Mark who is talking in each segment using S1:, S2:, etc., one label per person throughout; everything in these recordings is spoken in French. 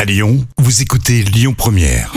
S1: À Lyon, vous écoutez Lyon Première.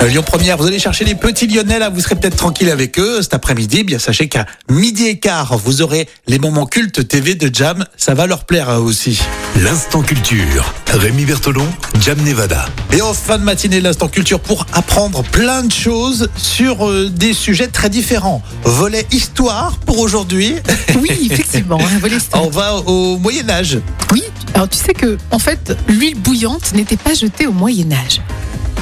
S2: Euh, Lyon Première, vous allez chercher les petits Lyonnais, là, vous serez peut-être tranquille avec eux cet après-midi. Eh Bien sachez qu'à midi et quart, vous aurez les moments cultes TV de Jam. Ça va leur plaire euh, aussi.
S1: L'instant culture. Rémi Bertolon, Jam Nevada.
S2: Et en fin de matinée, l'instant culture pour apprendre plein de choses sur euh, des sujets très différents. Volet histoire pour aujourd'hui.
S3: Oui, effectivement, un volet historique.
S2: On va au Moyen Âge.
S3: Oui, alors tu sais que, en fait, l'huile bouillante n'était pas jetée au Moyen-Âge.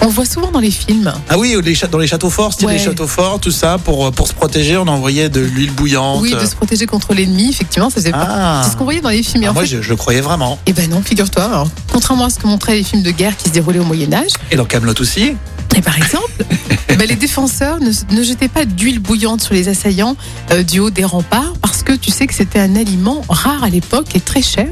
S3: On le voit souvent dans les films.
S2: Ah oui, les cha- dans les châteaux forts, style
S3: Ouais.
S2: les châteaux forts, tout ça, pour, euh, pour se protéger, on envoyait de l'huile bouillante.
S3: Oui, de se protéger contre l'ennemi, effectivement, ça faisait pas-
S2: Ah.
S3: C'est ce qu'on voyait dans les films. Et
S2: Ah,
S3: en
S2: moi,
S3: fait,
S2: je, je le croyais vraiment.
S3: eh ben non, figure-toi. alors, Contrairement à ce que montraient les films de guerre qui se déroulaient au Moyen-Âge,
S2: Et dans Camelot aussi.
S3: et par exemple, ben, les défenseurs ne, ne jetaient pas d'huile bouillante sur les assaillants euh, du haut des remparts parce que tu sais que c'était un aliment rare à l'époque et très cher.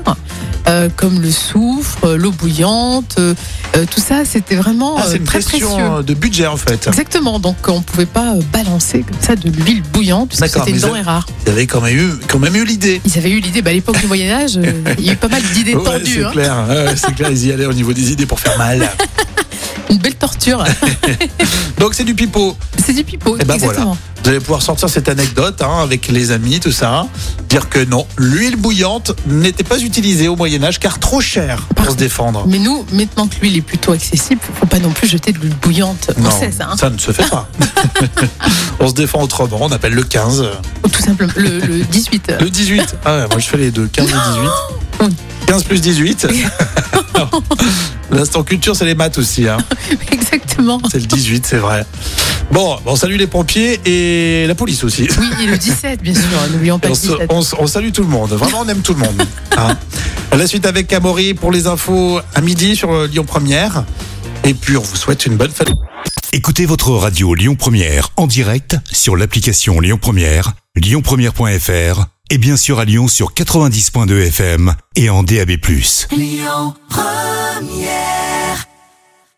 S3: euh, comme le soufre, euh, l'eau bouillante, euh, euh, tout ça, c'était vraiment
S2: Ah, c'est
S3: euh,
S2: une
S3: très
S2: question
S3: précieux.
S2: euh, de budget, en fait.
S3: Exactement, donc on ne pouvait pas euh, balancer comme ça de l'huile bouillante, parce que
S2: D'accord,
S3: c'était une
S2: mais
S3: denrée rare.
S2: Ils avaient quand même eu, quand même eu l'idée.
S3: Ils avaient eu l'idée, bah, à l'époque du Moyen-Âge, euh, il y a eu pas mal d'idées
S2: Ouais,
S3: tendues,
S2: c'est
S3: hein.
S2: clair, Ouais, c'est clair, ils y allaient au niveau des idées pour faire mal.
S3: une belle torture.
S2: Donc c'est du pipeau.
S3: C'est du pipeau,
S2: Eh ben, voilà.
S3: exactement.
S2: Vous allez pouvoir sortir cette anecdote hein, avec les amis, tout ça. Dire que non, l'huile bouillante n'était pas utilisée au Moyen Âge car trop chère pour se défendre.
S3: Mais nous, maintenant que l'huile est plutôt accessible, faut pas non plus jeter de l'huile bouillante. On
S2: non,
S3: sait ça, hein.
S2: ça ne se fait pas. on se défend autrement, on appelle le 15.
S3: Ou tout simplement le, le 18. euh,
S2: Le 18. Ah ouais, moi je fais les deux, 15 et 18. 15 plus 18. L'instant culture, c'est les maths aussi. Hein.
S3: Exactement.
S2: C'est le 18, c'est vrai. Bon, on salue les pompiers et la police aussi.
S3: Oui, et le 17, bien sûr, hein, n'oublions pas
S2: Et
S3: le
S2: on, se-
S3: 17.
S2: on se- on salue tout le monde. Vraiment, on aime tout le monde. hein. La suite avec Amaury pour les infos à midi sur euh, Lyon Première. Et puis, on vous souhaite une bonne fête.
S1: Écoutez votre radio Lyon Première en direct sur l'application Lyon Première, lyonpremière.fr et bien sûr à Lyon sur 90.2 FM et en DAB+.